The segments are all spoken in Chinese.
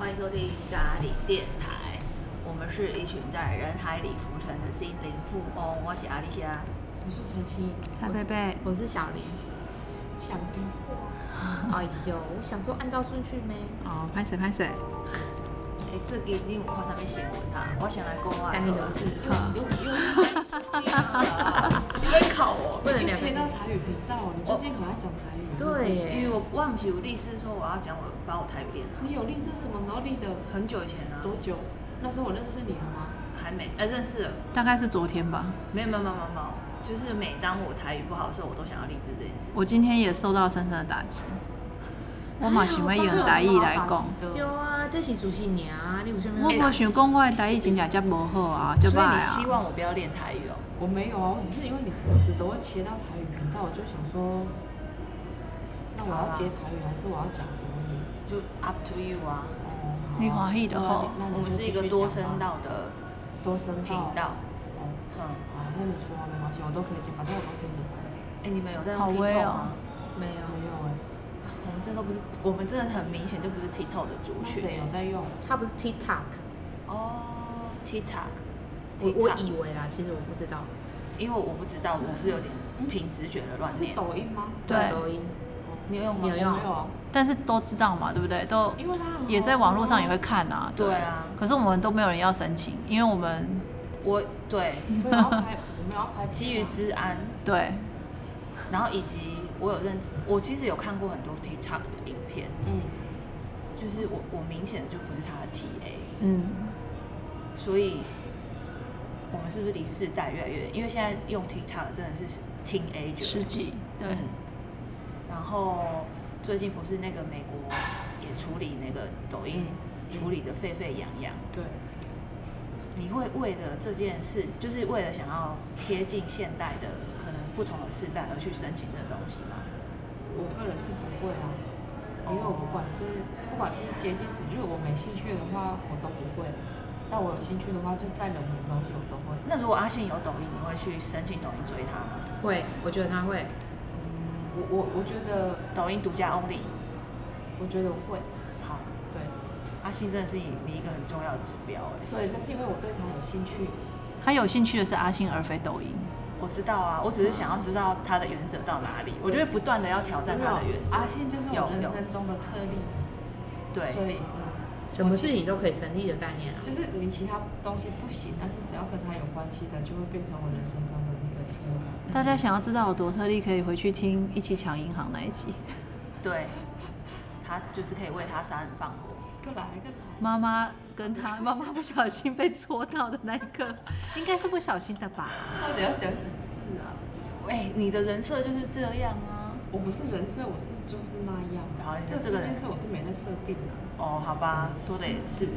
迎收听咖喱电台，我们是一群在人海里浮沉的心灵富翁。我是阿丽虾，我是晨曦，蔡贝贝我是小林。想什么话？哎呦，我想说按照顺序没，哦，拍谁拍谁？哎、最近你有看啥物新闻啊？我想来讲话。干你什么事？哎又又又又在考我，不能你两切到个。台语频道，你最近很爱讲台语。对因为耶，我我不是有立志说我要讲我把我台语练好你，有立这什么时候立的？很久以前啊，多久？那时候我认识你了吗？还没哎、认识了，大概是昨天吧。没有没有没有没有没有，就是每当我台语不好的时候，我都想要立志这件事。我今天也受到深深的打 击。我嘛想要用台语来讲，对啊，这是熟悉你啊，你有什我么？无想讲我的台语真正遮无好啊，所就以吧你希啊。望我不要练台语哦？我没有啊，我只是因为你时不时都会切到台语频道，我就想说，那我好啊要接台语还是我要讲国语？就 up to you 啊。哦，好啊你欢喜就好对啊那你我们是一个多声道的多声频道。哦，嗯，好，那你说啊没关系，我都可以接，反正我都听得懂。哎、你们有在用好 TikTok 威哦吗？没有，没有哎，我们这都不是，我们真的很明显就不是 TikTok 的族那群谁有在用？他不是 TikTok，哦，TikTok，我我 TikTok 以为啦，其实我不知道。因为我不知道，我是有点凭直觉的乱那是念。抖音吗？对抖音你有用你吗有？我用没有啊，但是都知道嘛，对不对？都因为他很也在网络上也红啊会看啊。对啊可是我们都没有人要申请，因为我们我对，哦我们要拍，我们要拍基于治安，对然后以及我有认，我其实有看过很多 TikTok 的影片，嗯，就是我我明显就不是他的 TA，嗯所以我们是不是离世代越来越远？因为现在用 TikTok 真的是 teenager，十几对嗯，然后最近不是那个美国也处理那个抖音、嗯处理的沸沸扬扬，对，你会为了这件事，就是为了想要贴近现代的可能不同的世代而去申请这东西吗？我个人是不会啊，因为我不管是不管是接近谁，如果我没兴趣的话，我都不会；但我有兴趣的话，就再冷门的东西我都会。那如果阿信有抖音，你会去申请抖音追他吗？会，我觉得他会。嗯，我我我觉得，抖音独家 only。我觉得我会，好，对，阿信真的是你你一个很重要的指标哎、所以那是因为我对他有兴趣。他有兴趣的是阿信，而非抖音。我知道啊，我只是想要知道他的原则到哪里，我就会不断的要挑战他的原则。阿信就是有我人有生中的特例，对，所以嗯，什么事情都可以成立的概念啊。就是你其他东西不行，但是只要跟他有关系的，就会变成我人生中的那个特例。嗯大家想要知道我多特例，可以回去听《一起抢银行》那一集。对，他就是可以为他杀人放火。过来，过来。妈妈跟他妈妈不小心被戳到的那一刻， 应该是不小心的吧？到底要讲几次啊？哎、你的人设就是这样啊。我不是人设，我是就是那样。好你这这这个人件事我是没在设定的。哦，好吧，说的也是。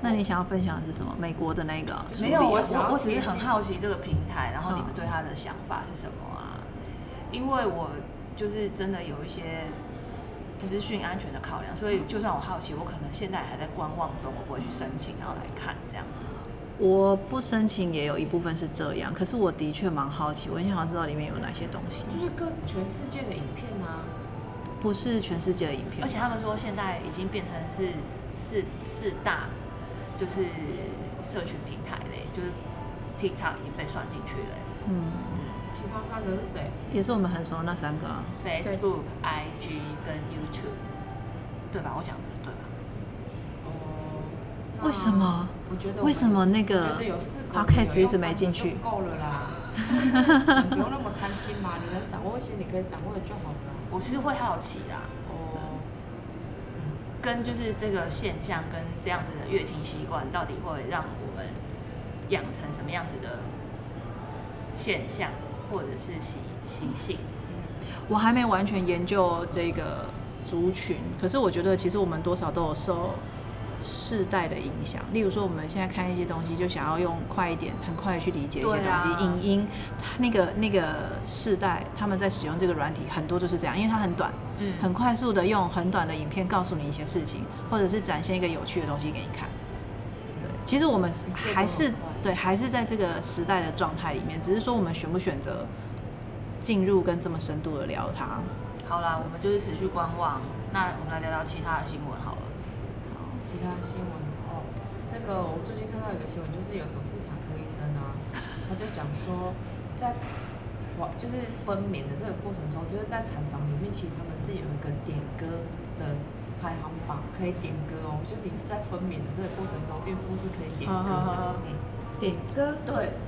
那你想要分享的是什么？美国的那个？就是没有，我我想要我我只是贴近很好奇这个平台，然后嗯你们对他的想法是什么啊？因为我就是真的有一些资讯安全的考量，所以就算我好奇，我可能现在还在观望中，我不会去申请，然后来看这样子。我不申请也有一部分是这样，可是我的确蛮好奇，我很想要知道里面有哪些东西，就是各全世界的影片啊，不是全世界的影而片。且他们说现在已经变成是四四大，就是社群平台嘞，就是 TikTok 已经被算进去了欸。嗯，其他三个是谁？也是我们很熟的那三个啊、 Facebook、IG 跟 YouTube，对吧？我讲的是对吧？哦、那为什么？我觉得我为什么那我个觉得有四个 podcast 有一直没进用三个去就够了 啦。就是你不用那么贪心嘛，你能掌握一些，你可以掌握的就好了。我是会好奇啦，哦，跟就是这个现象跟这样子的乐听习惯，到底会让我们养成什么样子的现象，或者是习习性？我还没完全研究这个族群，可是我觉得其实我们多少都有受世代的影响。例如说，我们现在看一些东西，就想要用快一点、很快地去理解一些东对啊西。影音，它那个那个世代他们在使用这个软体，很多就是这样，因为它很短，嗯很快速的用很短的影片告诉你一些事情，或者是展现一个有趣的东西给你看。对，其实我们一切都还是很快对，还是在这个时代的状态里面，只是说我们选不选择进入跟这么深度的聊它。好啦，我们就是持续观望。那我们来聊聊其他的新闻好了。其他新闻哦，那个我最近看到一个新闻，就是有一个妇产科医生啊， 他就讲说，在怀就是分娩的这个过程中，就是在产房里面，其实他们是有一个点歌的排行榜，可以点歌哦，就你在分娩的这个过程中，孕妇是可以点歌啊的，嗯，点歌，对，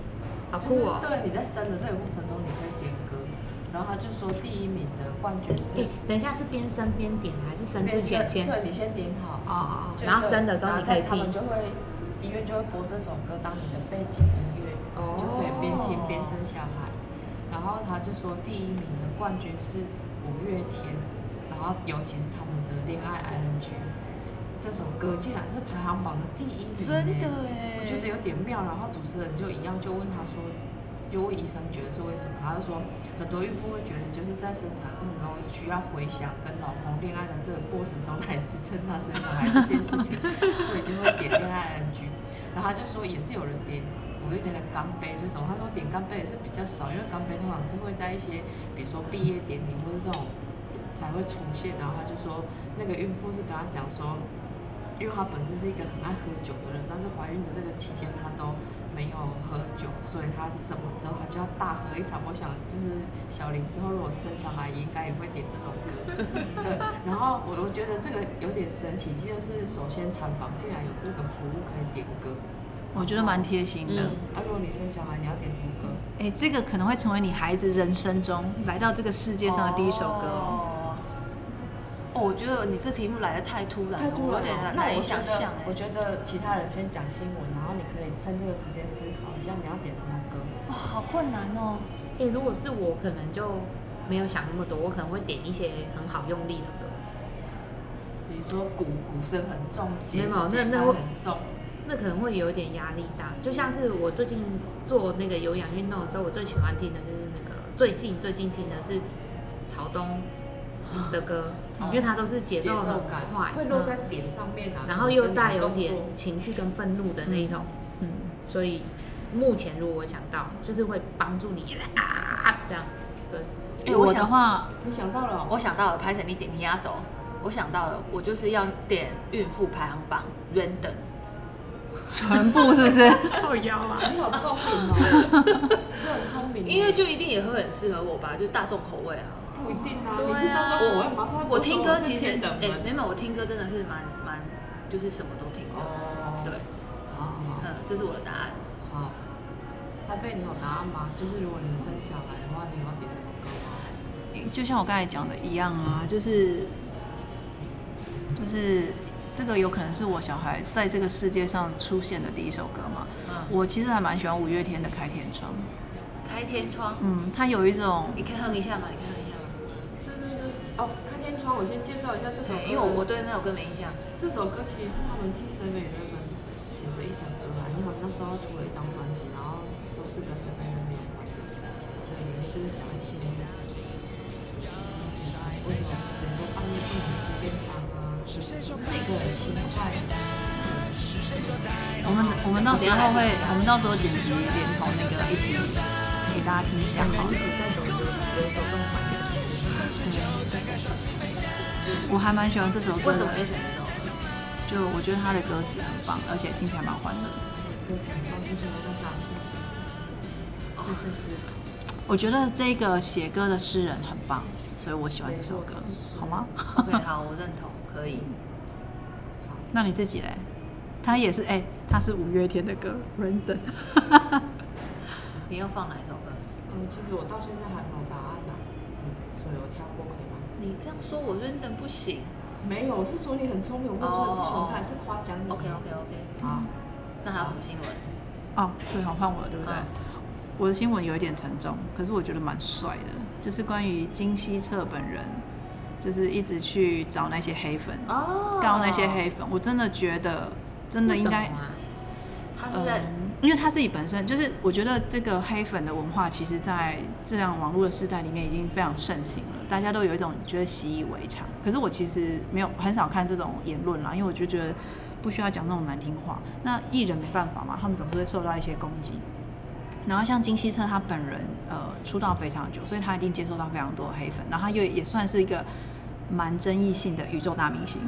好就是酷哦！对，你在生的这个过程中，你可以点歌，然后他就说第一名的冠军是诶，等一下是边生边点还是生之前先？对你先点好哦哦，哦就然后生的时然后候你可以他们听。就会医院就会播这首歌当你的背景音乐，哦就可以边听边生小孩。然后他就说第一名的冠军是五月天，然后尤其是他们的《恋爱 ING》这首歌竟然是排行榜的第一名，真的，哎，我觉得有点妙。然后主持人就一样就问他说，就问医生觉得是为什么？他就说很多孕妇会觉得就是在生产过程中需要回想跟老公恋爱的这个过程中来支撑她生小孩这件事情，所以就会点恋爱 NG。然后他就说也是有人点。五月天的干杯这种，他说点干杯也是比较少，因为干杯通常是会在一些，比如说毕业典礼或是这种才会出现。然后他就说，那个孕妇是跟他讲说，因为她本身是一个很爱喝酒的人，但是怀孕的这个期间她都没有喝酒，所以她生完之后她就要大喝一场。我想就是小林之后如果生小孩，应该也会点这首歌。对，然后我我觉得这个有点神奇，就是首先产房竟然有这个服务可以点歌。我觉得蛮贴心的。嗯啊，如果你生小孩，你要点什么歌？哎、这个可能会成为你孩子人生中来到这个世界上的第一首歌哦。哦。哦，我觉得你这题目来的太突然了，太突我然有点了。啊难那难我以觉想得象。哎我觉得其他人先讲新闻，然后你可以趁这个时间思考一下你要点什么歌。哇，好困难哦。诶，如果是我，可能就没有想那么多，我可能会点一些很好用力的歌，比如说鼓鼓声很重，节没有节那那拍会很重。那可能会有一点压力大。就像是我最近做那个有氧运动的时候，我最喜欢听的就是那个最近最近听的是曹东的歌，因为它都是节节奏很奏感快，嗯会落在点上面啊，然后又带有点跟你的动情绪跟愤怒的那一种，嗯，所以目前如果我想到，就是会帮助你啊这样，对，哎、我我的想 话，作。你想到 了哦，我想到了，拍成你点你压轴。我想到了，我就是要点孕妇排行榜 random。全部是不是？靠腰啊，你好聪明哦， 这很聪明。因为就一定也会很适合我吧，就大众口味啊。不一定啊，对啊你是到时候我会马上我听歌其实，哎、哎，没有，我听歌真的是蛮蛮，就是什么都听哎的。哦，对，好好嗯，这是我的答案。好好。他被你有答案吗？就是如果你生小孩的话，你要点什么歌吗？就像我刚才讲的一样啊，就是就是这个有可能是我小孩在这个世界上出现的第一首歌嘛。嗯，我其实还蛮喜欢五月天的《开天窗》，开天窗，嗯，它有一种你可以哼一下吗？你可以哼一下吗？对对对，哦，看天窗，我先介绍一下这首歌对，因为我我对那首歌没印象。这首歌其实是他们替 Seven Eleven 写的一首歌啦，因为他们那时候出了一张专辑，然后都是跟 Seven Eleven 有关的，所以就是讲一些为什么谁说半夜不能吃便当啊，就是一个很奇怪的。我们我们到时候会，我们到时候剪辑连同那个一起给大家听一下好一了。直在走流流走动环境，我还蛮喜欢这首歌为什的么，会选这首？就我觉得它的歌词很棒，而且听起来蛮欢乐的。歌词方式就是让他是是是，我觉得这个写歌的诗人很棒，所以我喜欢这首歌没错是，是好吗？ OK，好，啊我认同，可以。那你自己嘞？他也是哎、他是五月天的歌《Random》你要放哪一首歌？嗯，其实我到现在还没有答案呢、嗯，所以我跳过可以吗？你这样说我 random 不行。没有，我是说你很聪明，我不是说你不行，他也是夸奖你。啊 OK OK OK，好，那还有什么新闻？哦，最好换我了，对不对？嗯我的新闻有一点沉重，可是我觉得蛮帅的，就是关于金希澈本人，就是一直去找那些黑粉，哦告那些，黑粉，我真的觉得真的应该。他是在嗯，因为他自己本身就是，我觉得这个黑粉的文化，其实在这样网络的时代里面已经非常盛行了，大家都有一种觉得习以为常。可是我其实没有很少看这种言论啦，因为我就觉得不需要讲那种难听话。那艺人没办法嘛，他们总是会受到一些攻击。然后像金希澈他本人，呃，出道非常久，所以他一定接受到非常多的黑粉，然后他又也算是一个蛮争议性的宇宙大明星。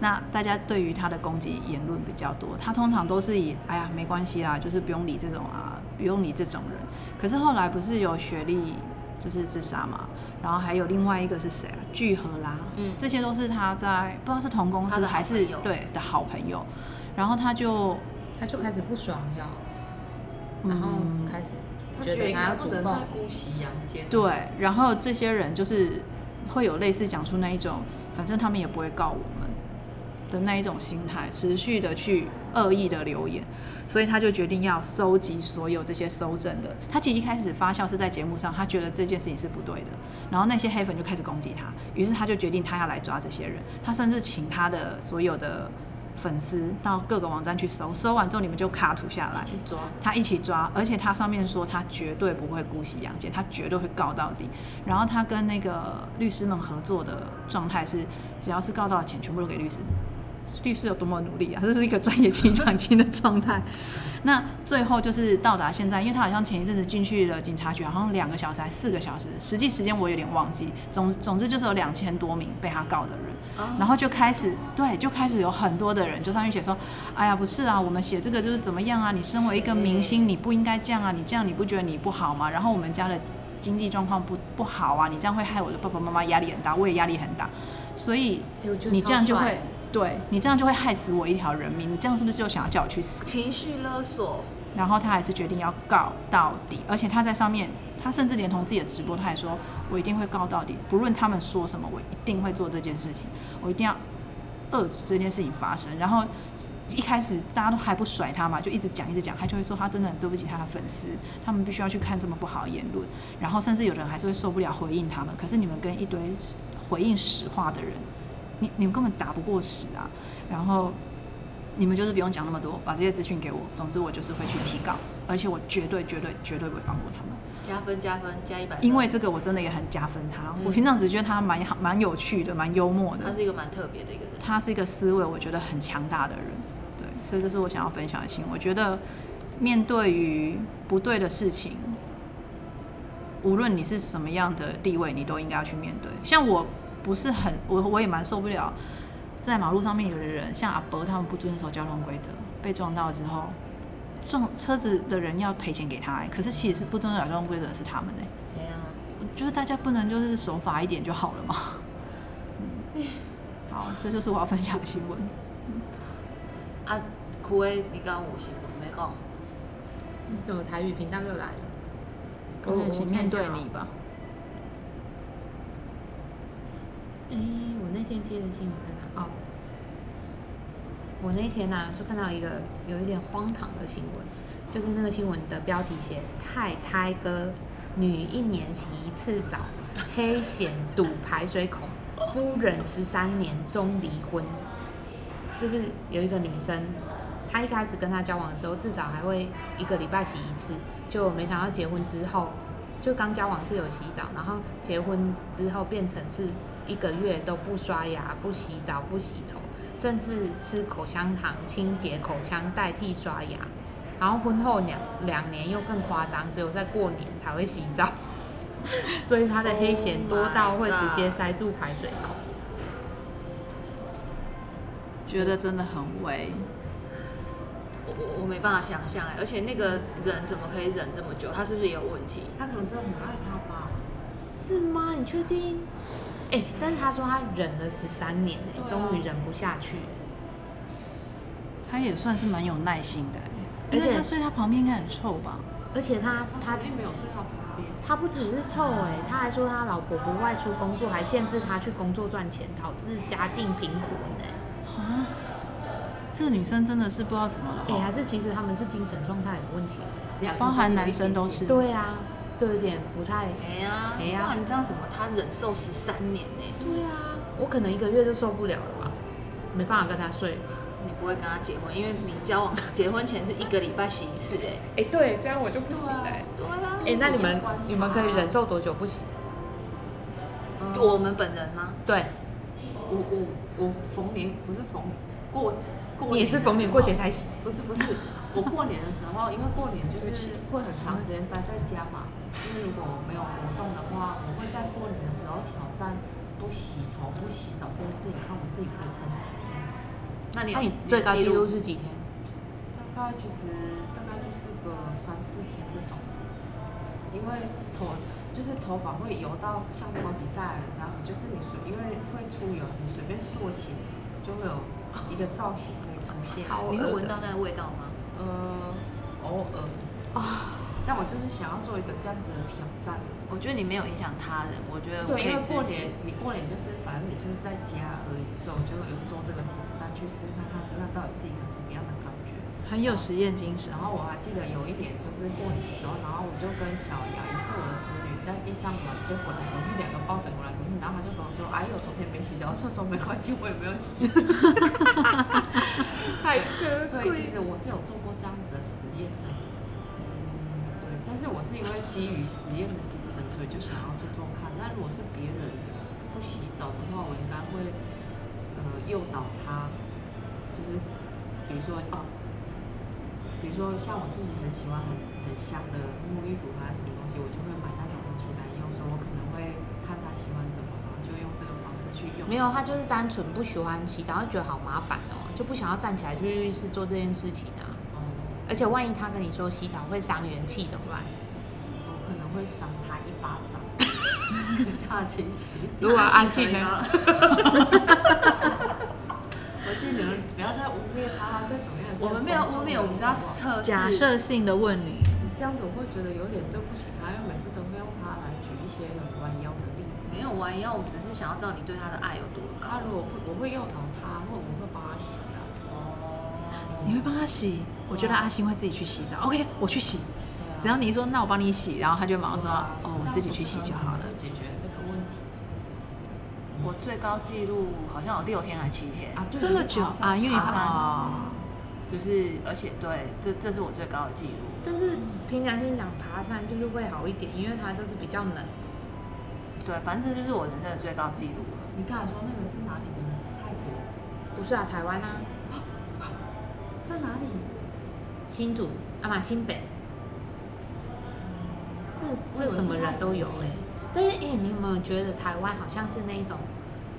那大家对于他的攻击言论比较多，他通常都是以哎呀没关系啦，就是不用理这种啊，不用理这种人。可是后来不是有雪莉就是自杀嘛，然后还有另外一个是谁啊？聚合啦，嗯这些都是他在不知道是同公他司的好还是朋友对的好朋友，然后他就他就开始不爽了，然后嗯开始他觉觉得得应他该要不主能动再，姑息养奸。对，然后这些人就是会有类似讲出那一种，反正他们也不会告我们的那一种心态，持续的去恶意的留言，所以他就决定要收集所有这些搜证的。他其实一开始发酵是在节目上，他觉得这件事情是不对的，然后那些黑粉就开始攻击他，于是他就决定他要来抓这些人，他甚至请他的所有的。粉丝到各个网站去搜，搜完之后你们就卡图下来一，起抓，他一起抓，而且他上面说他绝对不会姑息杨戬，他绝对会告到底。然后他跟那个律师们合作的状态是，只要是告到的钱，全部都给律师。律师有多么努力啊！这是一个专业请奖金的状态。 那最后就是到达现在，因为他好像前一阵子进去了警察局，好像两个小时还四个小时，实际时间我有点忘记。总总之就是有两千多名被他告的人，哦然后就开始对，就开始有很多的人就上去写说，哎呀，不是啊，我们写这个就是怎么样啊？你身为一个明星，你不应该这样啊！你这样你不觉得你不好吗？然后我们家的经济状况不不好啊，你这样会害我的爸爸妈妈压力很大，我也压力很大，所以哎我觉得你这样超就帅会。对你这样就会害死我一条人命，你这样是不是就想要叫我去死？情绪勒索，然后他还是决定要告到底，而且他在上面，他甚至连同自己的直播，他也说我一定会告到底，不论他们说什么，我一定会做这件事情，我一定要遏制这件事情发生。然后一开始大家都还不甩他嘛，就一直讲一直讲，他就会说他真的很对不起他的粉丝，他们必须要去看这么不好的言论，然后甚至有人还是会受不了回应他们，可是你们跟一堆回应实话的人，你你们根本打不过实啊，然后。你们就是不用讲那么多，把这些资讯给我。总之，我就是会去提告，而且我绝对、绝对、绝对不会放过他们。加分加分加一百，因为这个，我真的也很加分他。嗯我平常只觉得他蛮好蛮有趣的，蛮幽默他的。是一个蛮特别的一个人。他是一个思维我觉得很强大的人，对，所以这是我想要分享的心。我觉得面对于不对的事情，无论你是什么样的地位，你都应该要去面对。像我不是很，我我也蛮受不了，在马路上面有的人，像阿伯他们不遵守交通规则，被撞到之后，撞车子的人要赔钱给他、欸可是其实是不遵守交通规则的是他们呢、欸哎呀，就是大家不能就是守法一点就好了嘛。 嗯，好，这就是我要分享的新闻。啊，苦诶，你刚五行我没讲，你怎么台语频道又来了？我我请面啊对你。吧。诶、我那天贴的新闻看到哦，我那天呐、就看到一个有一点荒唐的新闻，就是那个新闻的标题写“太太哥女一年洗一次澡，黑显堵排水孔，夫人十三年终离婚”，就是有一个女生。她一开始跟他交往的时候，至少还会一个礼拜洗一次，就没想到结婚之后，就刚交往是有洗澡，然后结婚之后变成是一个月都不刷牙、不洗澡、不洗头，甚至吃口香糖清洁口腔代替刷牙。然后婚后两两年又更夸张，只有在过年才会洗澡，所以他的黑咸多到会直接塞住排水孔。觉得真的很伪，我我我没办法想象哎，而且那个人怎么可以忍这么久？他是不是也有问题？他可能真的很爱他吧。是吗？你确定？哎、但是他说他忍了十三年、哎、对啊终于忍不下去了。他也算是蛮有耐心的欸、而且因为他睡他旁边应该很臭吧？而且他他他说不定没有睡他旁边，他不只是臭哎、他还说他老婆不外出工作，还限制他去工作赚钱，导致家境贫苦哎呢、啊，这个女生真的是不知道怎么了、哎、还哦。是其实他们是精神状态有问题。两个包含有男一生点都点是对啊，都有点不太。哎呀，哎呀哇，你这样怎么他忍受十三年欸呢？对啊，我可能一个月就受不了了吧，没办法跟他睡。你不会跟他结婚，因为你交往结婚前是一个礼拜洗一次哎。哎、对，这样我就不行了哎对啊哎、那你们你们可以忍受多久不行？嗯我们本人吗？对，我我我逢年不是逢过过年你也是逢年过节才洗。不是不是，我过年的时候，因为过年就是会很长时间待在家嘛，因为如果没有活动的话，我会在过年的时候挑战不洗头、不洗澡这件事情，看我自己可以撑几天。那你有那你有哎最高记纪录是几天？大概其实大概就是个三四天这种，因为头就是头发会油到像超级赛亚人这样子，就是你随因为会出油，你随便塑形就会有一个造型可以出现。好你会恶闻的到那个味道吗？呃，偶尔但我就是想要做一个这样子的挑战。呃我觉得你没有影响他人，我觉得我可对，因为以过支持 年你过年就是反正你就是在家而已，所以我就有做这个挑战去试试看看那到底是一个什么样的感觉。很有实验精神然。后我还记得有一年就是过年的时候，然后我就跟小雅，也是我的侄女，在地上玩，就滚来滚去，两个抱枕滚来滚去，然后她就跟我说：“哎呦，昨天没洗澡。”我就说：“没关系，我也没有洗。 太可”所以其实我是有做过这样子的实验的。嗯，对。但是我是因为基于实验的精神，所以就想要做做看。那如果是别人不洗澡的话，我应该会呃诱导他，就是比如说哦，比如说像我自己很喜欢很很香的沐浴乳啊什么东西，我就会买那种东西来用，所以我可能会看他喜欢什么，然后就用这个方式去用。没有，他就是单纯不喜欢洗澡，他觉得好麻烦哦，就不想要站起来去浴室做这件事情啊。哦，而且万一他跟你说洗澡会伤元气怎么办？我可能会赏他一巴 掌，叫他清醒一点。如果阿信信可以呢吗？我觉得你们不要再污蔑他，在怎么 样？我们没有污蔑，我们只要测试。假设性的问你，这样子，我会觉得有点对不起他，因为每次都会用他来举一些很弯腰的例子。没有弯腰，我们只是想要知道你对他的爱有多高。他如果不，我会诱导他，或者我会帮他洗啊。哦你会帮他洗？我觉得阿星会自己去洗澡。OK，我去洗。啊只要你说那我帮你洗，然后他就马上说哦，我自己去洗就好了。就解决这个问题我最高记录好像有六天还七天，啊。这么久啊，因为你爬山哦，就是而且对，这这是我最高的记录。但是凭良心讲，爬山就是会好一点，因为它就是比较冷。对，反正这就是我人生的最高记录了。你刚才说那个是哪里的？泰国？不是啊，台湾啊，在哪里？新竹啊嘛新北，嗯这这什么人都有哎、但是哎、你有没有觉得台湾好像是那一种，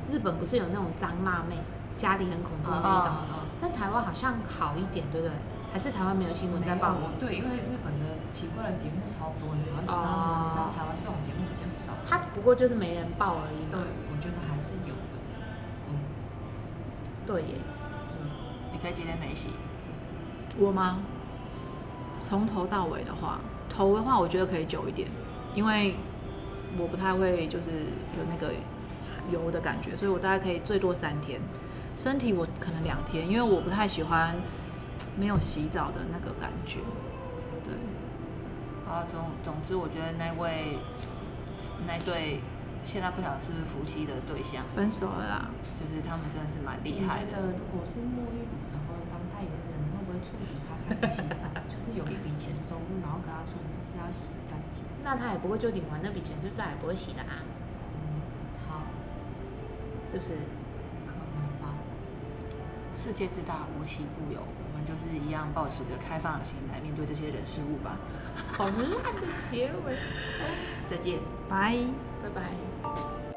日本不是有那种张骂妹，家里很恐怖的那种，哦啊但台湾好像好一点，对不对？还是台湾没有新闻在报？我对，因为日本的奇怪的节目超多，你才会知道说，但台湾这种节目比较少。它不过就是没人报而已对嘛。，我觉得还是有的。嗯，对耶，嗯你可以几天没洗？我吗？从头到尾的话，头的话我觉得可以久一点，因为我不太会就是有那个油的感觉，所以我大概可以最多三天。身体我可能两天，因为我不太喜欢没有洗澡的那个感觉。对，啊，总总之，我觉得那位那对现在不晓得是不是夫妻的对象，分手了啦。就是他们真的是蛮厉你害觉的。得如果是沐浴乳然后当代言人，会不会促使他干洗澡？ 就是有一笔钱收入，然后跟他说你就是要洗干净。那他也不会就领完那笔钱就再也不会洗了啊，嗯，好，是不是？可能吧。世界之大，无奇不有。我们就是一样保持着开放的心来面对这些人事物吧。好烂的结尾，再见。拜。拜拜。